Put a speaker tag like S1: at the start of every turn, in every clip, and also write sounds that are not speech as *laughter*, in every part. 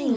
S1: 迎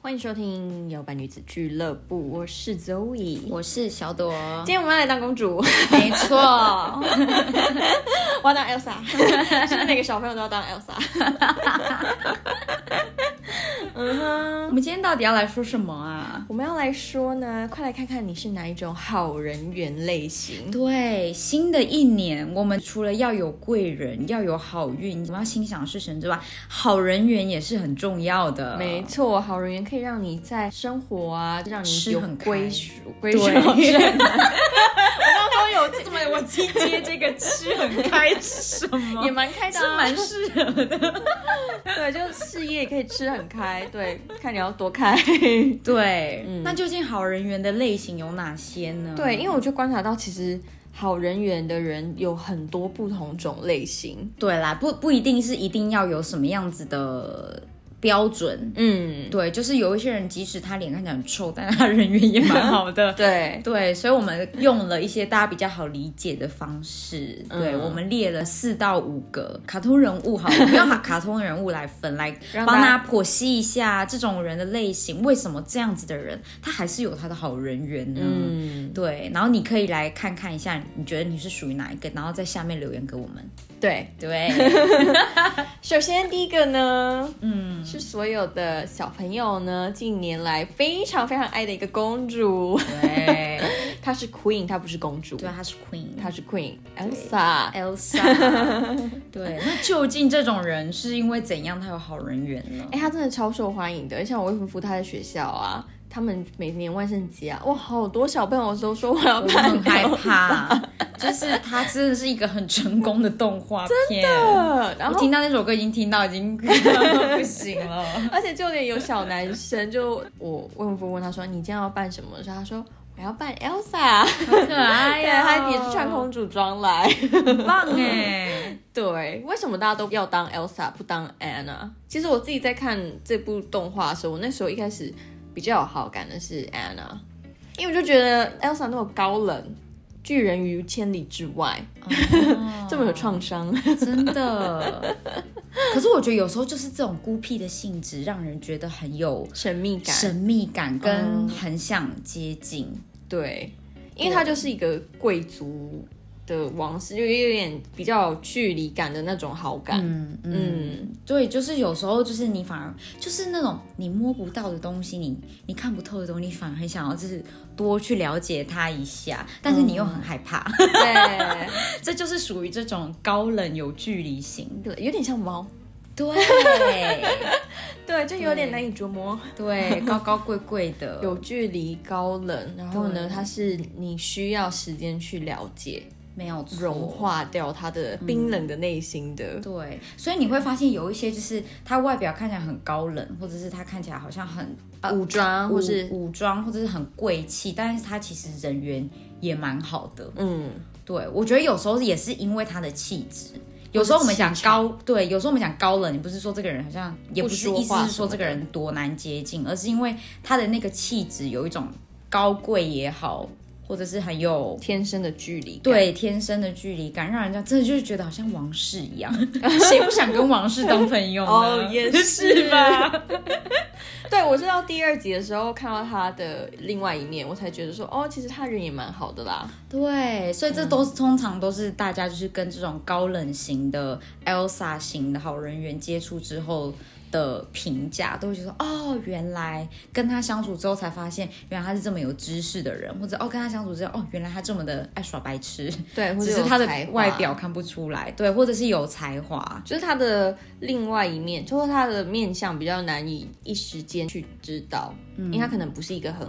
S2: 欢迎收听摇摆女子俱乐部，我是 Zoe。
S1: 我是小朵，
S2: 今天我们要来当公主， *laughs*
S1: 没错， *laughs*
S2: 我要当 *laughs* Elsa，现在每个小朋友都要当 Elsa。嗯哼，
S1: 我们今天到底要来说什么啊？
S2: 我们要来说呢，快来看看你是哪一种好人缘类型。
S1: 对，新的一年，我们除了要有贵人，要有好运，我们要心想事成之外，好人缘也是很重要的。
S2: 没错，好人缘可以让你在生活啊，让你
S1: 吃
S2: 有
S1: 很开
S2: 归属，归
S1: 对，
S2: 属感。
S1: *laughs* 刚刚有怎么我接接这个吃很开是什么 *laughs*
S2: 也蛮开的、
S1: 是
S2: 啊，
S1: 蛮适合的。
S2: 对，就是事业也可以吃很开，对，看你要多开。
S1: 对，
S2: 嗯
S1: 那究竟好人缘的类型有哪些呢？
S2: 对，因为我就观察到，其实好人缘的人有很多不同种类型。
S1: 对啦，不不一定是一定要有什么样子的标准。
S2: 嗯，。
S1: 对，就是有一些人，即使他脸看起来很臭，但他人缘也蛮好的
S2: 对，
S1: *laughs* 对，所以我们用了一些大家比较好理解的方式。对，
S2: 嗯
S1: 我们列了四到五个卡通人物，好了，我们用卡通人物来分， *laughs* 来
S2: 让
S1: 帮
S2: 大
S1: 大家剖析一下这种人的类型，为什么这样子的人他还是有他的好人缘呢？
S2: 嗯，
S1: 对，然后你可以来看看一下，你觉得你是属于哪一个，然后在下面留言给我们。
S2: 对。
S1: 对，
S2: 首先第一个呢，嗯，是所有的小朋友呢近年来非常非常爱的一个公主， *laughs*
S1: 对，
S2: 她是 Queen，她不是公主，
S1: 对，啊她是 Queen，
S2: 她是 Queen，Elsa。
S1: Elsa。对，那究竟这种人是因为怎样他有好人缘呢？
S2: 哎、她真的超受欢迎的，像我未婚夫他在学校啊，他们每年万圣节啊，哇，好多小朋友都说我要
S1: 我
S2: 扮
S1: 很害
S2: Elsa
S1: 怕，就是他真的是一个很成功的动画片。
S2: *laughs* 然
S1: 我
S2: 后
S1: 听到那首歌已经听到已经不行了。
S2: *laughs* 而且就连有小男生就，我未婚夫问他说：“你今天要扮什么？”他说：“我要扮 Elsa。
S1: 可”爱
S2: 对，
S1: 哎呀、
S2: 他也是穿公主装来。 *laughs*
S1: 很棒哎。
S2: 对，为什么大家都要当 Elsa 不当 Anna？其实我自己在看这部动画的时候，我那时候一开始比较有好感的是 Anna，因为我就觉得 Elsa 那么高冷，拒人于千里之外，这么有创伤。 *laughs*
S1: 真的。可是我觉得有时候就是这种孤僻的性质，让人觉得很有
S2: 神秘感。
S1: 神秘感，跟
S2: 嗯
S1: 很想接近。
S2: 对，因为他就是一个贵族的王室，就有点比较有距离感的那种好感。
S1: 嗯嗯，
S2: 嗯，
S1: 对，就是有时候就是你反而就是那种你摸不到的东西，你你看不透的东西，你反而很想要就是多去了解它一下，但是你又很害怕， *laughs*
S2: 对，
S1: 这就是属于这种高冷有距离型。
S2: 有点像猫，
S1: *laughs* 对
S2: 对，就有点难以琢磨，
S1: 对，高高贵贵的，
S2: 有距离、高冷，然后
S1: 对
S2: 呢，它是你需要时间去了解、
S1: 没有错
S2: 融化掉它的冰冷的内心的。
S1: 对，所以你会发现有一些就是他外表看起来很高冷，或者是他看起来好像很呃
S2: 武装或是
S1: 武武装，或者是很贵气，但是他其实人缘也蛮好的。
S2: 嗯，
S1: 对，我觉得有时候也是因为他的气质。有时候我们讲
S2: 气
S1: 高，对，有时候我们讲高冷，你不是说这个人好像，也
S2: 不
S1: 不是
S2: 说
S1: 意思
S2: 话
S1: 是说
S2: 什么
S1: 这个
S2: 的
S1: 人多难接近，而是因为他的那个气质有一种高贵也好，或者是很有
S2: 天生的距离感。
S1: 对天生的距离感，让人家真的就是觉得好像王室一样， *laughs* 谁不想跟王室当朋友呢？
S2: 哦也
S1: 是 *laughs*
S2: 是
S1: 吧？
S2: 对，我是到第二集的时候看到他的另外一面，我才觉得说，哦，其实他人也蛮好的啦。
S1: 对，所以
S2: 嗯
S1: 这都是、通常都是大家就是跟这种高冷型的 Elsa 型的好人缘接触之后。的评价都会觉得哦，原来跟他相处之后才发现，原来他是这么有知识的人，或者哦，跟他相处之后，哦，原来他这么的爱耍白痴，
S2: 对，或
S1: 只
S2: 者
S1: 是
S2: 有
S1: 他的
S2: 才华
S1: 外表看不出来，对，或者是有才华，
S2: 就是他的另外一面，就是他的面相比较难以一时间去知道，
S1: 嗯
S2: 因为他可能不是一个很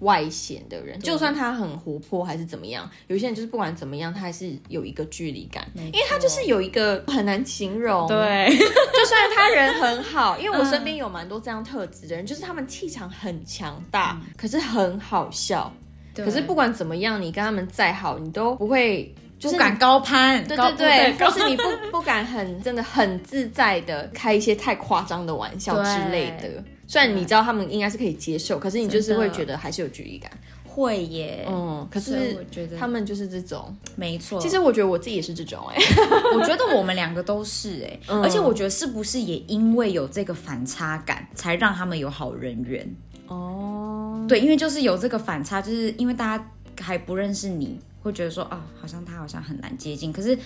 S2: 外显的人，就算他很活泼还是怎么样，有些人就是不管怎么样，他还是有一个距离感，
S1: 没
S2: 因为他就是有一个很难形容。，
S1: 对， *laughs*
S2: 就算他人很好，因为我身边有蛮多这样特质
S1: 嗯
S2: 的人，就是他们气场很强大，可是很好笑，可
S1: 可
S2: 是不管怎么样，你跟他们再好，你都不会。就是
S1: 不敢高攀，
S2: 对
S1: 高
S2: 对对，
S1: 高
S2: 或是你不不敢很真的很自在的开一些太夸张的玩笑之类的。虽然你知道他们应该是可以接受，可是你就是
S1: 真的
S2: 会觉得还是有距离感。
S1: 会耶。
S2: 嗯，可
S1: 所以我
S2: 是
S1: 觉得
S2: 他们就是这种。
S1: 没错，
S2: 其实我觉得我自己也是这种哎、 *laughs*
S1: 我觉得我们两个都是哎、
S2: 嗯
S1: 而且我觉得是不是也因为有这个反差感，才让他们有好人缘？
S2: 哦，
S1: 对，因为就是有这个反差，就是因为大家还不认识你，会觉得说啊、好像他好像很难接近。可是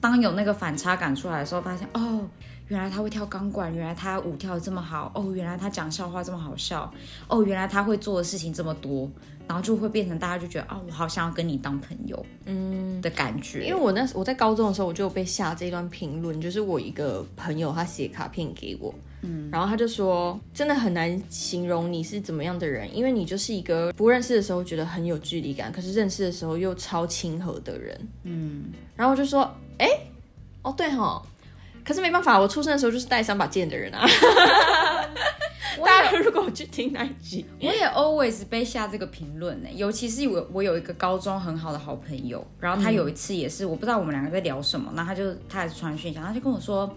S1: 当有那个反差感出来的时候，发现哦，原来他会跳钢管，原来他舞跳得这么好，哦，原来他讲笑话这么好笑，哦，原来他会做的事情这么多，然后就会变成大家就觉得啊、我好想要跟你当朋友，嗯的感觉。
S2: 因为我那时我在高中的时候，我就有被下这一段评论，就是我一个朋友他写卡片给我，嗯，然后他就说真的很难形容你是怎么样的人，因为你就是一个不认识的时候觉得很有距离感，可是认识的时候又超亲和的人，嗯，然后我就说，哎、哦对哈。可是没办法，我出生的时候就是带三把剑的人啊！ *laughs* 大家如果去听那一集，
S1: 我也 always 被下这个评论呢，欸尤其是我我有一个高中很好的好朋友，然后他有一次也是，我不知道我们两个在聊什么，然后他就他还传讯息，然后他就跟我说，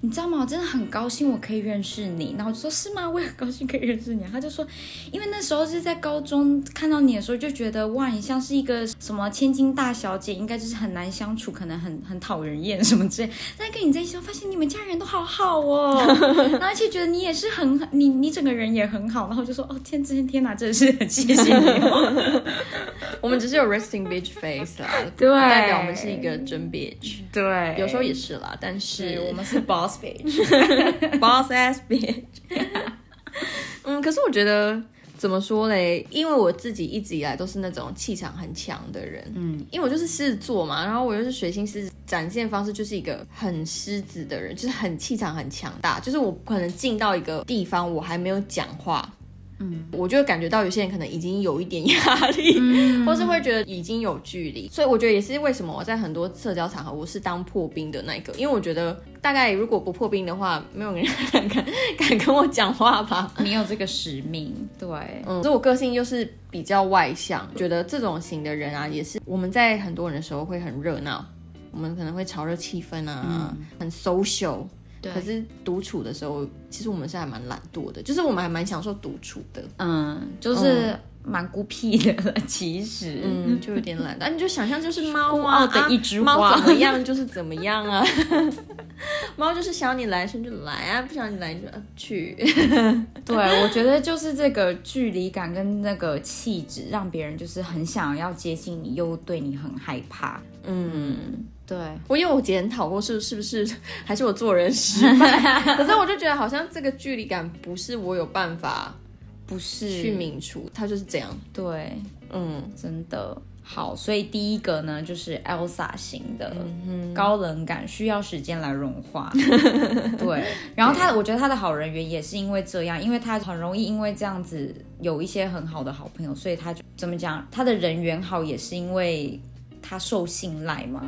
S1: 你知道吗？我真的很高兴我可以认识你，然后我就说是吗？我也很高兴可以认识你啊。他就说，因为那时候是在高中看到你的时候就觉得哇，你像是一个什么千金大小姐，应该就是很难相处，可能很很讨人厌什么之类。但跟你在一起后，发现你们家人都好好哦，然后而且觉得你也是很你你整个人也很好，然后我就说哦天天天哪，真的是很谢谢你哦、
S2: 我们只是有 resting bitch face 啦，
S1: *laughs* 对
S2: 不代表我们是一个真 bitch，
S1: *laughs* 对
S2: 有时候也是啦，但是
S1: 是我们是 boss *laughs* bitch，
S2: boss ass bitch。嗯，可是我觉得怎么说嘞？因为我自己一直以来都是那种气场很强的人，嗯，因为我就是狮子座嘛，然后我又是水星狮子，展现方式就是一个很狮子的人，就是很气场很强大，就是我可能进到一个地方，我还没有讲话。嗯，我就会感觉到有些人可能已经有一点压力，或是会觉得已经有距离，所以我觉得也是为什么我在很多社交场合我是当破冰的那一个，因为我觉得大概如果不破冰的话，没有人敢敢敢跟我讲话吧。
S1: 你有这个使命，对，
S2: 嗯，所以我个性又是比较外向，觉得这种型的人啊，也是我们在很多人的时候会很热闹，我们可能会炒热气氛啊，很 social。
S1: 嗯对
S2: 可是独处的时候，其实我们是还蛮懒惰的，就是我们还蛮享受独处的，
S1: 嗯，就是蛮孤僻的了，其实，
S2: 嗯，就有点懒。但你就想象就是猫
S1: 孤
S2: 啊，
S1: *laughs* 傲的
S2: 啊
S1: 一枝
S2: 猫
S1: 花
S2: 怎么样就是怎么样啊， *laughs* 猫就是想你来生就来啊，不想你来就去。
S1: 对，我觉得就是这个距离感跟那个气质，让别人就是很想要接近你，又对你很害怕，
S2: 嗯，
S1: 对，
S2: 我因为我检讨过是是不是 *laughs* 还是我做人失
S1: *laughs*
S2: 败，可是我就觉得好像这个距离感不是我有办法
S1: 不是
S2: 去泯除，它就是这样。
S1: 对，
S2: 嗯，
S1: 真的好，所以第一个呢就是 Elsa 型的、高冷感，需要时间来融化。对，然后他，我觉得他的好人缘也是因为这样，因为他很容易因为这样子有一些很好的好朋友，所以他就怎么讲，他的人缘好也是因为他受信赖嘛。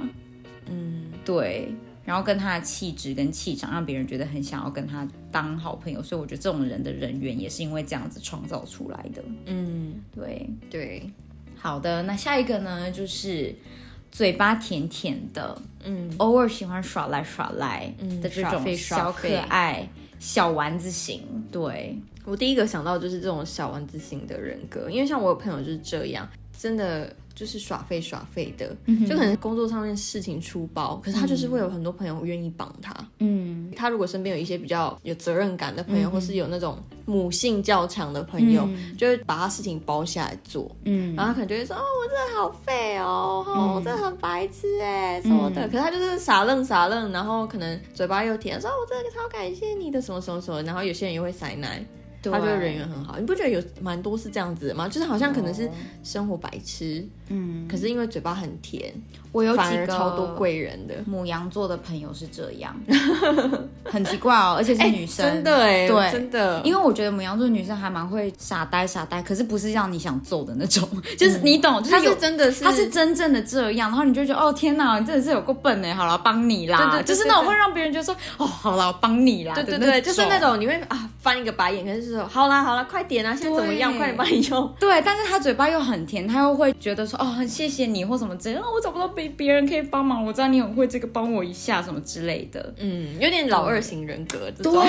S1: 嗯，对。然后跟他的气质跟气场，让别人觉得很想要跟他当好朋友，所以我觉得这种人的人缘也是因为这样子创造出来的。嗯，对。
S2: 对，
S1: 好的，那下一个呢，就是嘴巴甜甜的，嗯，偶尔喜欢耍赖耍赖的
S2: 嗯
S1: 这
S2: 耍
S1: 种
S2: 废耍
S1: 小可
S2: 废
S1: 爱小丸子型，对，
S2: 我第一个想到就是这种小丸子型的人格，因为像我有朋友就是这样，真的就是耍废耍废的，就可能工作上面事情出包，可是他就是会有很多朋友愿意帮他。
S1: 嗯，
S2: 他如果身边有一些比较有责任感的朋友，或是有那种母性较强的朋友，就会把他事情包下来做。嗯，然后他可能就会说：“哦，我真的好废哦，哦我真的很白痴哎，什么的。可是他就是傻愣傻愣，然后可能嘴巴又甜，说哦：“我真的超感谢你的，什么什么什么。”然后有些人又会塞奶。
S1: 对
S2: 他
S1: 哦
S2: 就人啊缘很好，你不觉得有蛮多是这样子的吗？就是好像可能是生活白痴，嗯，可是因为嘴巴很甜，
S1: 我有
S2: 反
S1: 几
S2: 而
S1: 个
S2: 超多贵人的。
S1: 母羊座的朋友是这样， *laughs* 很奇怪哦，而且是女生，
S2: 真的哎，
S1: 对
S2: 真的，
S1: 因为我觉得母羊座女生还蛮会傻呆傻呆，可是不是让你想揍的那种， *laughs* 就是你懂，就
S2: 嗯他
S1: 是有
S2: 是真的是，
S1: 他是真正的这样，然后你就觉得哦天哪，你真的是有够笨哎，好了，帮你啦，
S2: 对对对
S1: 就是那种会让别人觉得说哦好了，我帮你啦，
S2: 对对
S1: 的
S2: 对，
S1: 种
S2: 就是那种你会啊翻一个白眼，可是就是就是好啦好啦，快点啊，现在怎么样？
S1: 对
S2: 快点帮你用。
S1: 对，但是他嘴巴又很甜，他又会觉得说哦，很谢谢你或什么之类的，哦，我找不到别别人可以帮忙，我知道你很会这个，帮我一下什么之类的。
S2: 嗯，有点老二型人格这
S1: 对
S2: 种。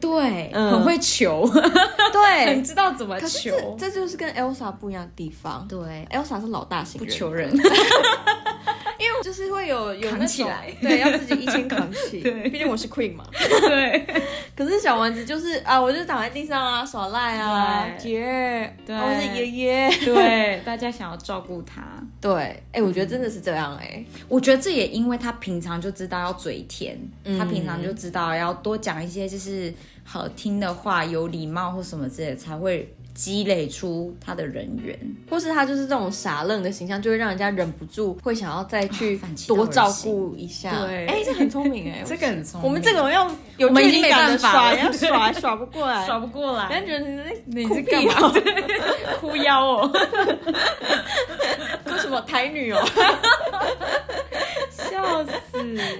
S1: 对，
S2: 嗯
S1: 很会 *laughs* 求，很
S2: *laughs* 对，
S1: 知道怎么
S2: 可是
S1: 求
S2: 这。这就是跟 Elsa 不一样的地方。
S1: 对，
S2: Elsa 是老大型
S1: 不
S2: 人，
S1: 求人，
S2: 因为就是会有有那
S1: 扛起
S2: 种
S1: 来
S2: *laughs* 对，要自己一肩扛起。
S1: *laughs* 对
S2: 毕竟我是 queen 嘛。
S1: 对
S2: *laughs* 可是小丸子就是啊，我就躺在地上啊，耍赖啊，
S1: 对
S2: 姐，
S1: 对
S2: 啊我是爷爷。
S1: *laughs* 对，大家想要照顾他。
S2: 对，哎、我觉得真的是这样哎、
S1: 我觉得这也因为他平常就知道要嘴甜，
S2: 嗯
S1: 他平常就知道要多讲一些就是好听的话、有礼貌或什么之类的，才会积累出他的人缘。
S2: 或是他就是这种傻愣的形象，就会让人家忍不住会想要再去
S1: 啊反其道
S2: 多
S1: 而
S2: 照顾一下。
S1: 对
S2: 哎、这很聪明哎、
S1: *laughs* 这个很
S2: *laughs*
S1: 聪
S2: 我
S1: 明，
S2: 们这种要有
S1: 我们
S2: 距
S1: 已
S2: 离
S1: 经没
S2: 感的
S1: 办
S2: 耍，
S1: 法
S2: 要
S1: 了
S2: 耍耍不过来，
S1: *laughs* 耍不过
S2: 人家
S1: 来，
S2: 觉得你
S1: 你
S2: 在哦
S1: 是干嘛
S2: 哭屁
S1: 哭腰哦，
S2: 哦什么台女哦？
S1: 笑死！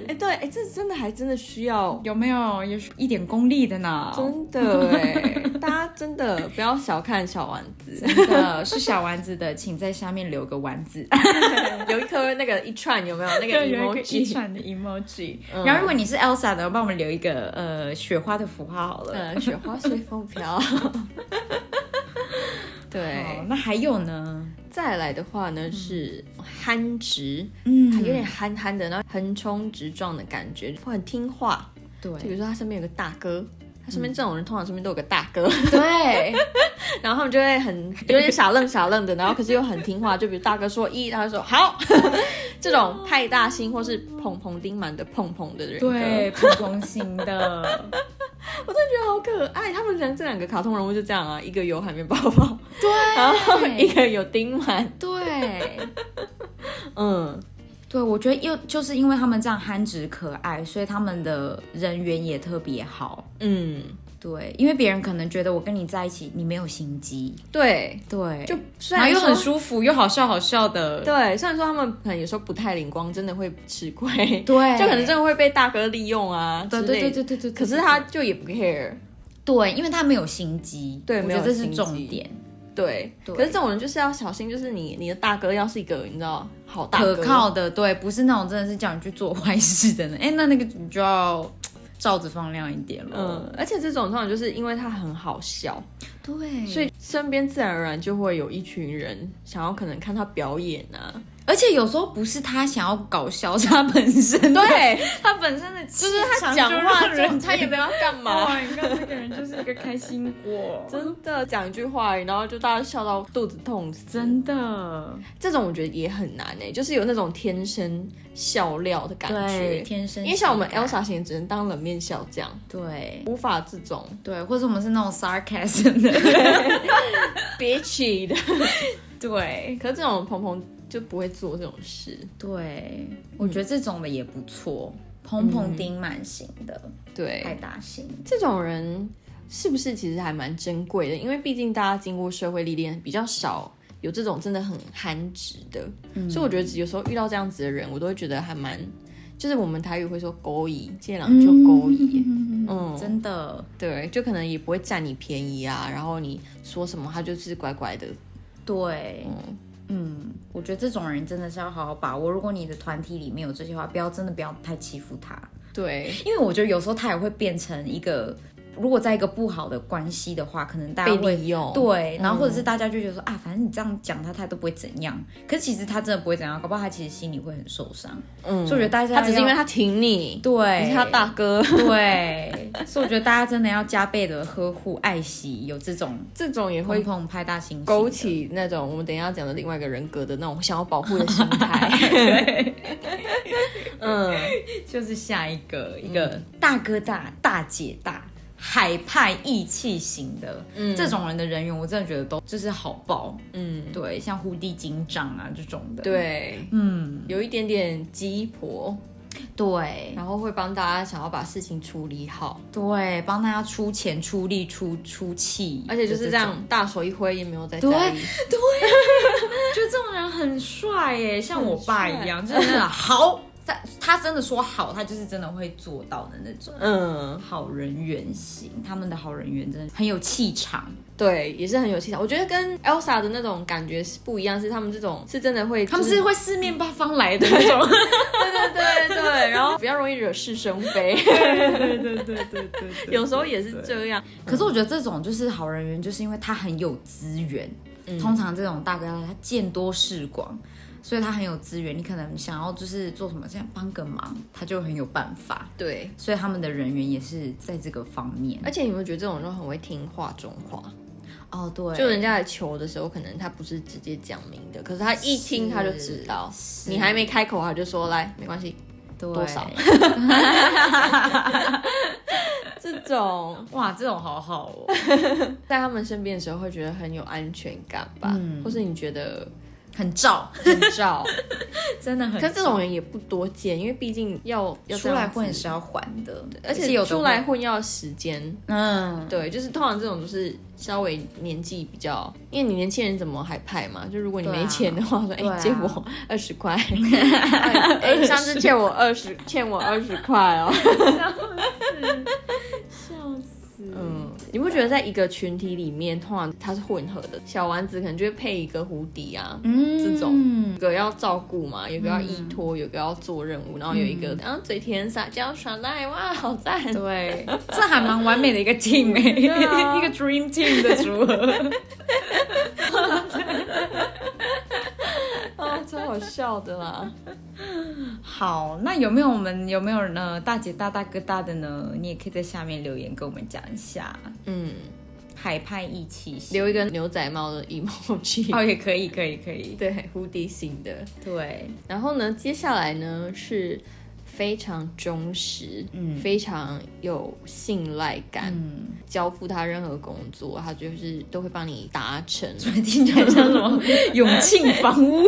S2: 哎、对，哎、这真的还真的需要。
S1: *laughs* 有没有也是一点功力的呢？
S2: 真的哎、大家真的不要小看小丸子，
S1: 真的是小丸子的，请在下面留个丸 *laughs* 子。
S2: 有一颗那个一串有没有那个
S1: 对， *laughs* 有一个遗
S2: emoji？
S1: 传的 emoji。
S2: 嗯
S1: 然后如果你是 Elsa 的，帮我们留一个呃雪花的符号好了。
S2: 嗯，雪花随风飘。对，
S1: 哦，那还有呢？
S2: 再来的话呢是憨直，
S1: 嗯
S2: 有点憨憨的，然后横冲直撞的感觉，会很听话。就比
S1: 对嗯
S2: 如说他身边有个大哥，他身边这种人通常身边都有个大哥，
S1: 对，
S2: 然后他们就会很有点傻愣傻愣的，然后可是又很听话。就比如大哥说一，他就说好， *laughs* 这种派大星或是捧捧丁满的捧捧的人格，
S1: 对，普通型的，
S2: 我真的觉得好可爱。他们两这两个卡通人物就这样啊，一个有海绵宝宝，然后一
S1: 对，
S2: 个有丁满，
S1: *laughs* 对，
S2: 嗯，
S1: 对，我觉得又就是因为他们这样憨直可爱，所以他们的人缘也特别好。
S2: 嗯，
S1: 对，因为别人可能觉得我跟你在一起，你没有心机，
S2: 对，
S1: 对，
S2: 就虽
S1: 然
S2: 然
S1: 后又
S2: 说
S1: 很舒服，又好笑好笑的，
S2: 对，虽然说他们可能有时候不太灵光，真的会吃亏，
S1: 对
S2: 就可能真的会被大哥利用啊之
S1: 对
S2: 类
S1: 对对
S2: 的
S1: 对对对。
S2: 可是他就也不 care，
S1: 对，因为他没有心机，
S2: 对
S1: 我
S2: 没
S1: 觉
S2: 有
S1: 得这是
S2: 心
S1: 重
S2: 机
S1: 点，
S2: 对。
S1: 对
S2: 可是这种人就是要小心，就是你你的大哥要是一个你知道好大
S1: 可
S2: 哥，
S1: 靠的，对，不是那种真的是叫你去做坏事的呢。哎，那那个你就要罩子放亮一点了。
S2: 嗯，而且这种通常就是因为他很好笑，
S1: 对，
S2: 所以身边自然而然就会有一群人想要可能看他表演啊，
S1: 而且有时候不是他想要搞笑，是他本身的，
S2: 对，
S1: *laughs* 他本身的气场就
S2: 讲话
S1: 让
S2: 就
S1: 人
S2: 他也没有要干嘛，
S1: *laughs* 哇，你看这个人就是一个开心果，
S2: *laughs* 真的讲一句话，然后就大家笑到肚子痛死，
S1: 真的，
S2: 这种我觉得也很难哎、就是有那种天生笑料的感
S1: 对，
S2: 觉。
S1: 天生
S2: 因为像我们
S1: 喜欢
S2: Elsa 型只能当冷面笑匠，
S1: 对
S2: 无法这种
S1: 对，或者我们是那种 sarcasm 的，
S2: 憋气的。
S1: *laughs* 对
S2: 可是这种鹏鹏就不会做这种事。
S1: 对，我觉得这种的也不错，蓬蓬丁满型的，派
S2: 对，
S1: 大型，
S2: 这种人是不是其实还蛮珍贵的？因为毕竟大家经过社会历练比较少。有这种真的很憨直的，
S1: 嗯
S2: 所以我觉得有时候遇到这样子的人，我都会觉得还蛮，就是我们台语会说勾引，见狼就勾引，
S1: 嗯
S2: 嗯
S1: 真的，
S2: 对，就可能也不会占你便宜啊，然后你说什么他就是乖乖的，
S1: 对，
S2: 嗯，
S1: 嗯，我觉得这种人真的是要好好把握。如果你的团体里面有这些话，不要真的不要太欺负他，
S2: 对，
S1: 因为我觉得有时候他也会变成一个，如果在一个不好的关系的话，可能大家
S2: 被
S1: 会。
S2: 利用，
S1: 对，然后或者是大家就觉得说、啊，反正你这样讲他，他都不会怎样。可是其实他真的不会怎样，搞不好他其实心里会很受伤。
S2: 嗯，
S1: 所以我觉得大家
S2: 他只是因为
S1: 要
S2: 他挺你，
S1: 对，
S2: 你是他大哥， *laughs*
S1: 对，所以我觉得大家真的要加倍的呵护、爱惜有这种
S2: 这种也
S1: 会
S2: 会
S1: 碰拍大星星的
S2: 勾起那种我们等一下要讲的另外一个人格的那种想要保护的心态，
S1: *laughs*
S2: *laughs* 嗯，
S1: 就是下一个一个嗯大哥大、大姐大、海派义气型的，
S2: 嗯
S1: 这种人的人员，我真的觉得都就是好爆。
S2: 嗯，
S1: 对，像忽地警长啊这种的，，
S2: 对，
S1: 嗯，
S2: 有一点点鸡婆，
S1: 对
S2: 然后会帮大家想要把事情处理好，
S1: 对，帮大家出钱、出力、出出气，
S2: 而且就是这
S1: 种，
S2: 样大手一挥也没有在
S1: *laughs* 对
S2: 在意，
S1: 就这种人很帅耶，像我
S2: 很
S1: 爸
S2: 帅
S1: 一样，就是那种好。他他他真的说好，他就是真的会做到的那种
S2: 嗯，
S1: 好人缘型。他们的好人缘真的很有气场，
S2: 对，也是很有气场。我觉得跟 Elsa 的那种感觉是不一样，是他们这种是真的会，
S1: 他们
S2: 就是
S1: 会四面八方来的那种。
S2: 对 *laughs* 对对，然后比较容易惹是生
S1: *laughs*
S2: 非，
S1: 对对对对对
S2: 有时候也是这样。
S1: 可是我觉得这种就是好人缘，就是因为他很有资源。通常这种大哥大他见多识广，所以他很有资源。你可能想要就是做什么，现在帮个忙，他就很有办法。
S2: 对，
S1: 所以他们的人缘也是在这个方面。
S2: 而且你有没有觉得这种人很会听话中话？
S1: 哦，对，
S2: 就人家来求的时候，可能他不是直接讲明的，可是他一听他就知道，
S1: 是
S2: 你还没开口他就说来，没关系，
S1: 多
S2: 多少 *laughs* 这种。
S1: 哇，这种好好哦，
S2: 在他们身边的时候，会觉得很有安全感吧，或是你觉得
S1: 很照，
S2: 很 *laughs* 照。
S1: *laughs* 真的很
S2: 可是这种人也不多见，因为毕竟要要
S1: 出
S2: 这样
S1: 来
S2: 子
S1: 混是要还的，
S2: 而且
S1: 是有的
S2: 出来
S1: 会
S2: 混要时间。
S1: 嗯，
S2: 对，就是通常这种都是稍微年纪比较，因为你年轻人怎么还派嘛？就如果你
S1: 对啊
S2: 没钱的话，说哎、
S1: 对啊
S2: 借我二十块，哎、 *laughs* 哎上次欠我二十，欠我二十块 *laughs* 哦。
S1: 笑死，
S2: 嗯，你不觉得在一个群体里面，通常它是混合的，小丸子可能就会配一个蝴蝶啊，
S1: 嗯，
S2: 这种有个要照顾嘛，有个要依托，有个要做任务，然后有一个然后嘴甜撒娇耍赖，哇，好赞！
S1: 对，这还蛮完美的一个 team 哎、
S2: 啊
S1: *laughs* 一个 dream team 的组合。 *laughs*
S2: 哦，超好笑的啦。
S1: 好，那有没有我们有没有呢？大姐大大哥大的呢？你也可以在下面留言跟我们讲一下。
S2: *laughs* 嗯，
S1: 海派一起型
S2: 留一个牛仔帽的 emoji，
S1: 哦，也可以，可以，可以。
S2: *laughs* 对，蝴蝶型的。
S1: 对，
S2: 然后呢，接下来呢是非常忠实，嗯，非常有信赖感，
S1: 嗯，
S2: 交付他任何工作，他就是都会帮你达成。 *laughs*
S1: 听起来像什么永庆房屋？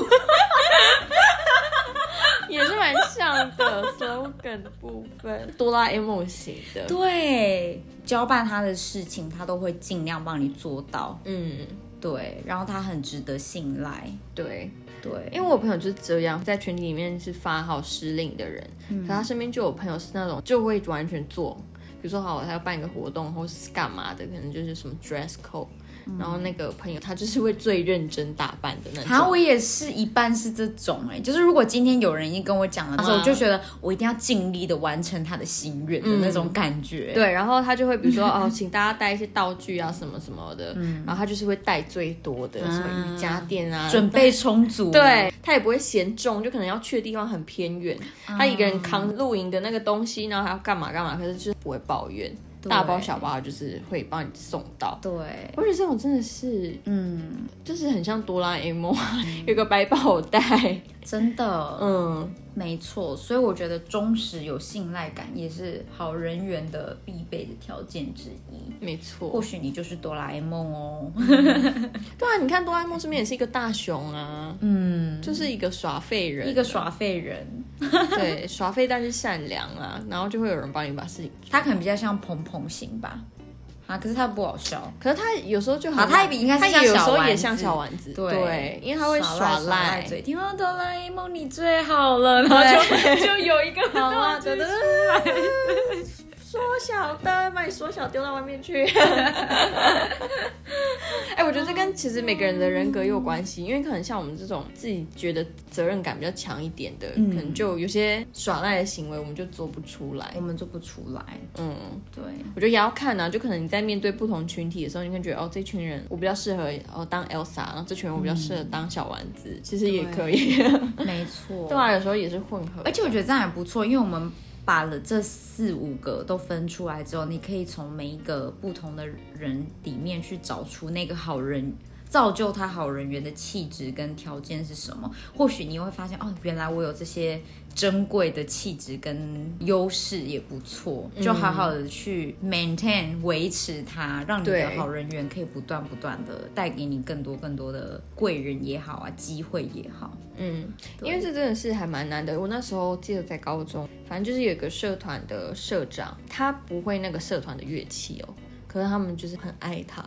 S2: 也是蛮像的 slogan 的部 *laughs* 分，哆啦 A 梦型的，
S1: 对，交办他的事情，他都会尽量帮你做到。
S2: 嗯，
S1: 对，然后他很值得信赖。
S2: 对，
S1: 对，
S2: 因为我朋友就是这样，在群体里面是发号施令的人，
S1: 嗯
S2: 可他身边就有朋友是那种就会完全做，比如说好，他要办一个活动或是干嘛的，可能就是什么 dress code，、然后那个朋友他就是会最认真打扮的那
S1: 好像
S2: 种，
S1: 啊我也是一半是这种哎、就是如果今天有人已经跟我讲了之后，
S2: 嗯
S1: 我就觉得我一定要尽力的完成他的心愿的那种感觉。
S2: 对，然后他就会比如说哦，请大家带一些道具啊什么什么的，
S1: 嗯
S2: 然后他就是会带最多的，什么瑜伽垫啊，
S1: 准备充足。
S2: 对他也不会嫌重，就可能要去的地方很偏远，他一个人扛露营的那个东西，然后还要干嘛干嘛，可是就是不会抱怨，
S1: 对
S2: 大包小包就是会帮你送到。
S1: 对，
S2: 我觉得这种真的是，
S1: 嗯，
S2: 就是很像哆啦 A 梦，有个百宝袋，
S1: 真的，
S2: 嗯，
S1: 没错。所以我觉得忠实有信赖感也是好人缘的必备的条件之一。
S2: 没
S1: 或
S2: 错。
S1: 许你就是哆啦 A 梦
S2: *laughs*
S1: 哦。
S2: 对啊，你看哆啦 A 梦身边也是一个大熊啊，
S1: 嗯，
S2: 就是一个耍废人，
S1: 一个耍废人，
S2: 对 *laughs* 耍废，但是善良啊，然后就会有人帮你把事情。
S1: 他可能比较像鹏鹏型吧。啊，可是他不好笑。
S2: 可是他有时候就很
S1: 啊他也应该是
S2: 他
S1: 像
S2: 也有时候
S1: 小
S2: 也
S1: 丸
S2: 像
S1: 子
S2: 小丸子，
S1: 对
S2: 对，因为他会耍赖，
S1: 嘴听到哆啦 A 梦你最好了，然后 *laughs* 就就有一个
S2: 好啊，觉
S1: 觉得
S2: 得缩小灯，把你缩小丢到外面去。哎、我觉得这跟其实每个人的人格也有关系，因为可能像我们这种自己觉得责任感比较强一点的，可能就有些耍赖的行为，我们就做不出来
S1: 我。们做不出来。
S2: 嗯，
S1: 对，
S2: 我觉得也要看啊，就可能你在面对不同群体的时候，你会觉得哦，这群人我比较适合哦当 Elsa，然后这群人我比较适合当小丸子，其实也可以。
S1: 没错。
S2: 对啊，有时候也是混合。
S1: 而且我觉得这样也不错，因为我们把了这四五个都分出来之后，你可以从每一个不同的人里面去找出那个好人。造就他好人缘的气质跟条件是什么？或许你会发现，哦，原来我有这些珍贵的气质跟优势，也不错。就好好的去 maintain 维持它，让你的
S2: 对
S1: 好人缘可以不断不断的带给你更多更多的贵人也好啊，机会也好。
S2: 嗯，
S1: 对
S2: 因为这真的是还蛮难的。我那时候记得在高中，反正就是有一个社团的社长，他不会那个社团的乐器哦，可是他们就是很爱他，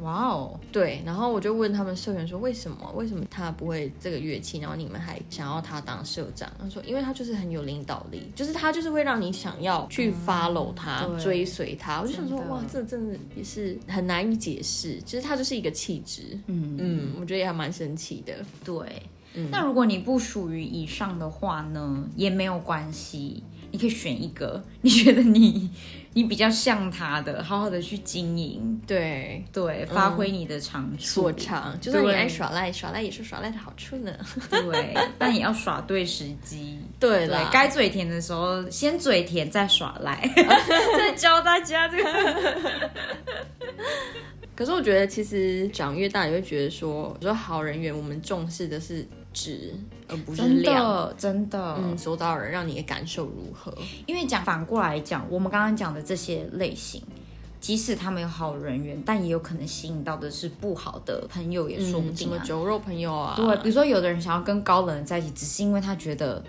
S1: 哇哦，
S2: 对，然后我就问他们社员说，为什么为什么他不会这个乐器，然后你们还想要他当社长？他说，因为他就是很有领导力，就是他就是会让你想要去 follow 他、
S1: 嗯对
S2: 追随他。我就想说，
S1: 真的
S2: 哇，这真的也是很难以解释，其实他就是一个气质。
S1: 嗯
S2: 嗯，我觉得也还蛮神奇的。
S1: 对。那如果你不属于以上的话呢，也没有关系，你可以选一个 *laughs* 你觉得你你比较像他的，好好的去经营，
S2: 对，
S1: 对，发挥你的长处
S2: 所。长，就算你
S1: 对
S2: 爱耍赖，耍赖也是耍赖的好处呢。
S1: 对，但也要耍对时机。
S2: *laughs* 对
S1: *laughs*
S2: 啊
S1: 对
S2: 啦，，
S1: 该嘴甜的时候先嘴甜，再耍赖， *laughs* 再教大家这个。
S2: 可是我觉得，其实长越大，也会觉得说，我说好人缘，我们重视的是质，而不是
S1: 真
S2: 量。
S1: 的，真的，
S2: 嗯，周遭人让你的感受如何？
S1: 因为讲反过来讲，我们刚刚讲的这些类型，即使他们有好人缘，但也有可能吸引到的是不好的朋友，也说不
S2: 什
S1: 定
S2: 嗯么
S1: 啊。
S2: 酒肉朋友啊，
S1: 对，比如说有的人想要跟高冷的在一起，只是因为他觉得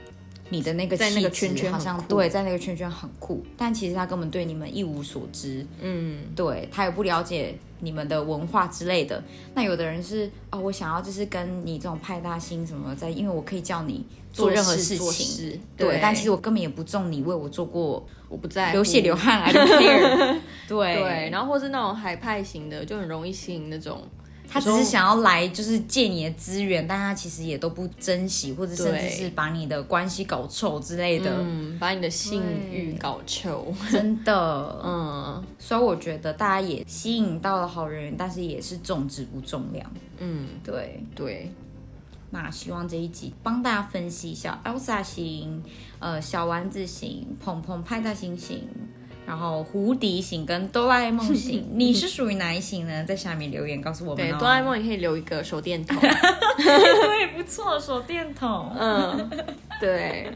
S1: 你的那个
S2: 在那个
S1: 气质
S2: 圈圈
S1: 好
S2: 很
S1: 像
S2: 酷
S1: 对，在那个圈圈很酷，但其实他根本对你们一无所知，
S2: 嗯，
S1: 对他也不了解你们的文化之类的。那有的人是哦，我想要就是跟你这种派大星什么在，因为我可以叫你做任何
S2: 事做
S1: 情。
S2: 事
S1: 对，
S2: 对，
S1: 但其实我根本也不中你为我做过
S2: 我不在乎
S1: 流血流。汗，I 啊 don't *laughs* care。对
S2: 对，
S1: 对，
S2: 然后或是那种海派型的，就很容易吸引那种，
S1: 他只是想要来就是借你的资源，但他其实也都不珍惜，或者甚至
S2: 对
S1: 是把你的关系搞臭之类的，
S2: 嗯，把你的性欲
S1: 对
S2: 搞臭，
S1: 真的。
S2: 嗯
S1: 所以我觉得大家也吸引到了好人缘，但是也是重质不重量。
S2: 嗯，
S1: 对，
S2: 对，
S1: 那希望这一集帮大家分析一下 Elsa 型、呃小丸子型、鹏鹏派大星型，然后胡迪型跟哆啦 A 梦 *laughs* 型，你是属于哪一型呢？在下面留言告诉我们、
S2: 对
S1: 哦。，
S2: 哆啦 A 梦也可以留一个手电筒，
S1: *laughs* 对，不错，手电筒。
S2: 嗯，对，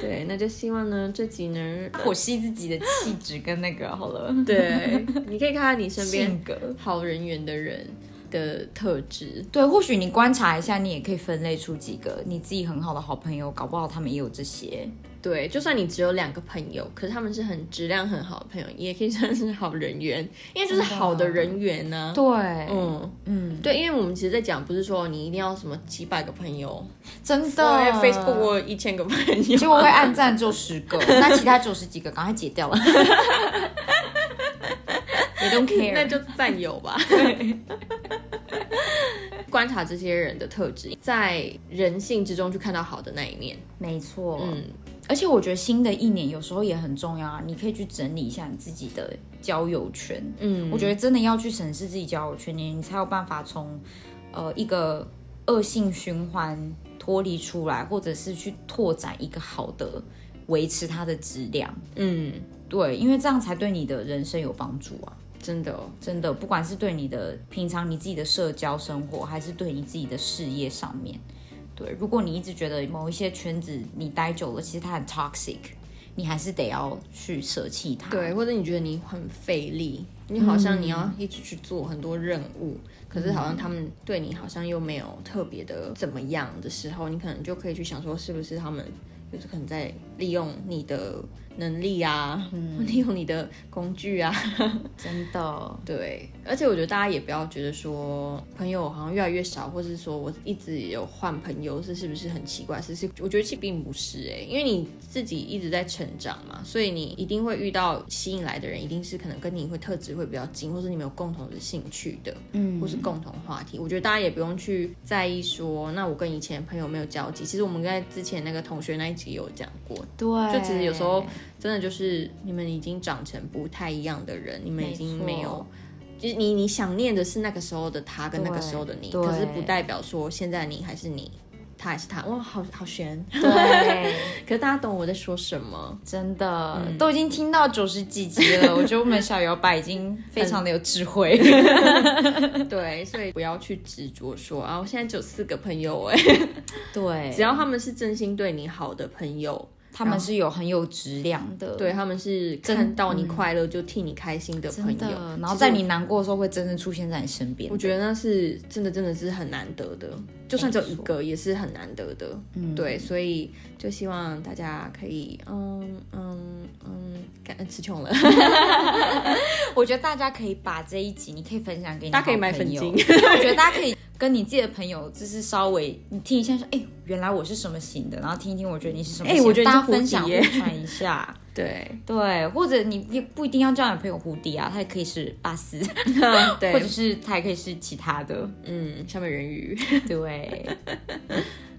S2: 对，那就希望呢这集能，
S1: 剖析自己的气质跟那个好了，
S2: 对，你可以看看你身边
S1: 性格。
S2: 好人缘的人的特质，
S1: 对，或许你观察一下，你也可以分类出几个你自己很好的好朋友，搞不好他们也有这些。
S2: 对，就算你只有两个朋友，可是他们是很质量很好的朋友，也可以算是好人缘，因为就是好的人缘呢、
S1: 对，
S2: 嗯，
S1: 嗯，
S2: 对，因为我们其实，在讲不是说你一定要什么几百个朋友，
S1: 真的。
S2: 对，Facebook
S1: *laughs*
S2: 我有一千个朋友，
S1: 结果会暗赞就十 *laughs* 个，那其他九十几个赶快解 *laughs* 掉了。也 don't
S2: 那
S1: care。
S2: 就占有 *laughs* 吧。观察这些人的特质，在人性之中去看到好的那一面。
S1: 没错，
S2: 嗯，
S1: 而且我觉得新的一年有时候也很重要啊，你可以去整理一下你自己的交友圈。
S2: 嗯，
S1: 我觉得真的要去审视自己交友圈，你你才有办法从呃一个恶性循环脱离出来，或者是去拓展一个好的维持它的质量。
S2: 嗯，
S1: 对，因为这样才对你的人生有帮助啊！
S2: 真的哦、
S1: 真的，不管是对你的平常你自己的社交生活，还是对你自己的事业上面，对，如果你一直觉得某一些圈子你待久了，其实它很 toxic，你还是得要去舍弃它。
S2: 对，或者你觉得你很费力，你好像你要一直去做很多任务，可是好像他们对你好像又没有特别的怎么样的时候，你可能就可以去想说，是不是他们就是可能在利用你的能力啊， *laughs* 利用你的工具啊，
S1: 真的，
S2: 对，而且我觉得大家也不要觉得说朋友好像越来越少，或是说我一直有换朋友，这是不是很奇怪？是是，我觉得其实并不是哎、因为你自己一直在成长嘛，所以你一定会遇到吸引来的人，一定是可能跟你会特质会比较近，或是你们有共同的兴趣的，嗯，或是共同话题。我觉得大家也不用去在意说，那我跟以前朋友没有交集。其实我们在之前那个同学那一集有讲过，
S1: 对，
S2: 就其实有时候真的就是你们已经长成不太一样的人，你们已经没有，就是你你想念的是那个时候的他跟那个时候的你，
S1: 对
S2: 可是不代表说现在你还是你，他还是他。哇，好好悬！
S1: 对，
S2: *laughs* 可是大家懂我在说什
S1: *laughs*
S2: 么？
S1: 真的、都已经听到九十几集了，我觉得我们小摇摆已经非常的有智慧。
S2: 对，所以不要去执着说啊，我现在只有四个朋友哎，
S1: *laughs* 对，
S2: 只要他们是真心对你好的朋友，
S1: 他们是有很有质量的，
S2: 对，他们是看到你快乐就替你开心的朋
S1: 嗯真
S2: 友
S1: 的，。然后
S2: 其实
S1: 在你难过的时候会真正出现在你身边
S2: 我。觉得那是真的，真的是很难得的，就算只有一个，也是很难得的。嗯，对，所以就希望大家可以，嗯嗯嗯，感恩词穷了，
S1: 我觉得大家可以把这一集，你可以分享给你，。
S2: *laughs* 大家可以买粉晶
S1: *laughs* 我觉得大家可以跟你自己的朋友，就是稍微你听一下说，哎、原来我是什么型的，然后听一听，我觉得你是什么型的，
S2: 哎我觉得你
S1: 大
S2: 是
S1: 家分享
S2: 蝴
S1: 互
S2: 蝶
S1: 传一下。 *laughs*
S2: 对
S1: 对，或者你也不一定要叫你朋友蝴蝶啊，他也可以是巴斯，或者
S2: 对，
S1: 是他也可以是其他的。 *laughs*
S2: 嗯，下面人鱼， *laughs*
S1: 对，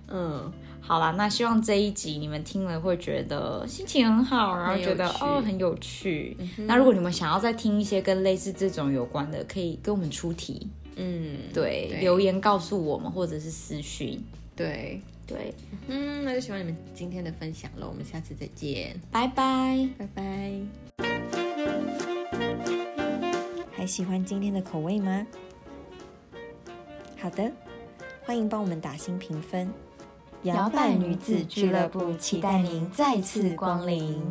S2: 嗯，
S1: 好啦，那希望这一集你们听了会觉得心情很好，然后觉得
S2: 很有趣嗯
S1: 哦很有趣。那如果你们想要再听一些跟类似这种有关的，可以跟我们出题，
S2: 嗯，
S1: 对，
S2: 对
S1: 留言告诉我们或者是私讯。
S2: 对，
S1: 对，
S2: 嗯，那就希望你们今天的分享了，我们下次再见，
S1: 拜拜。
S2: 拜拜。
S3: 还喜欢今天的口味吗？好的，欢迎帮我们打新评分。摇摆女子俱乐部期待您再次光临。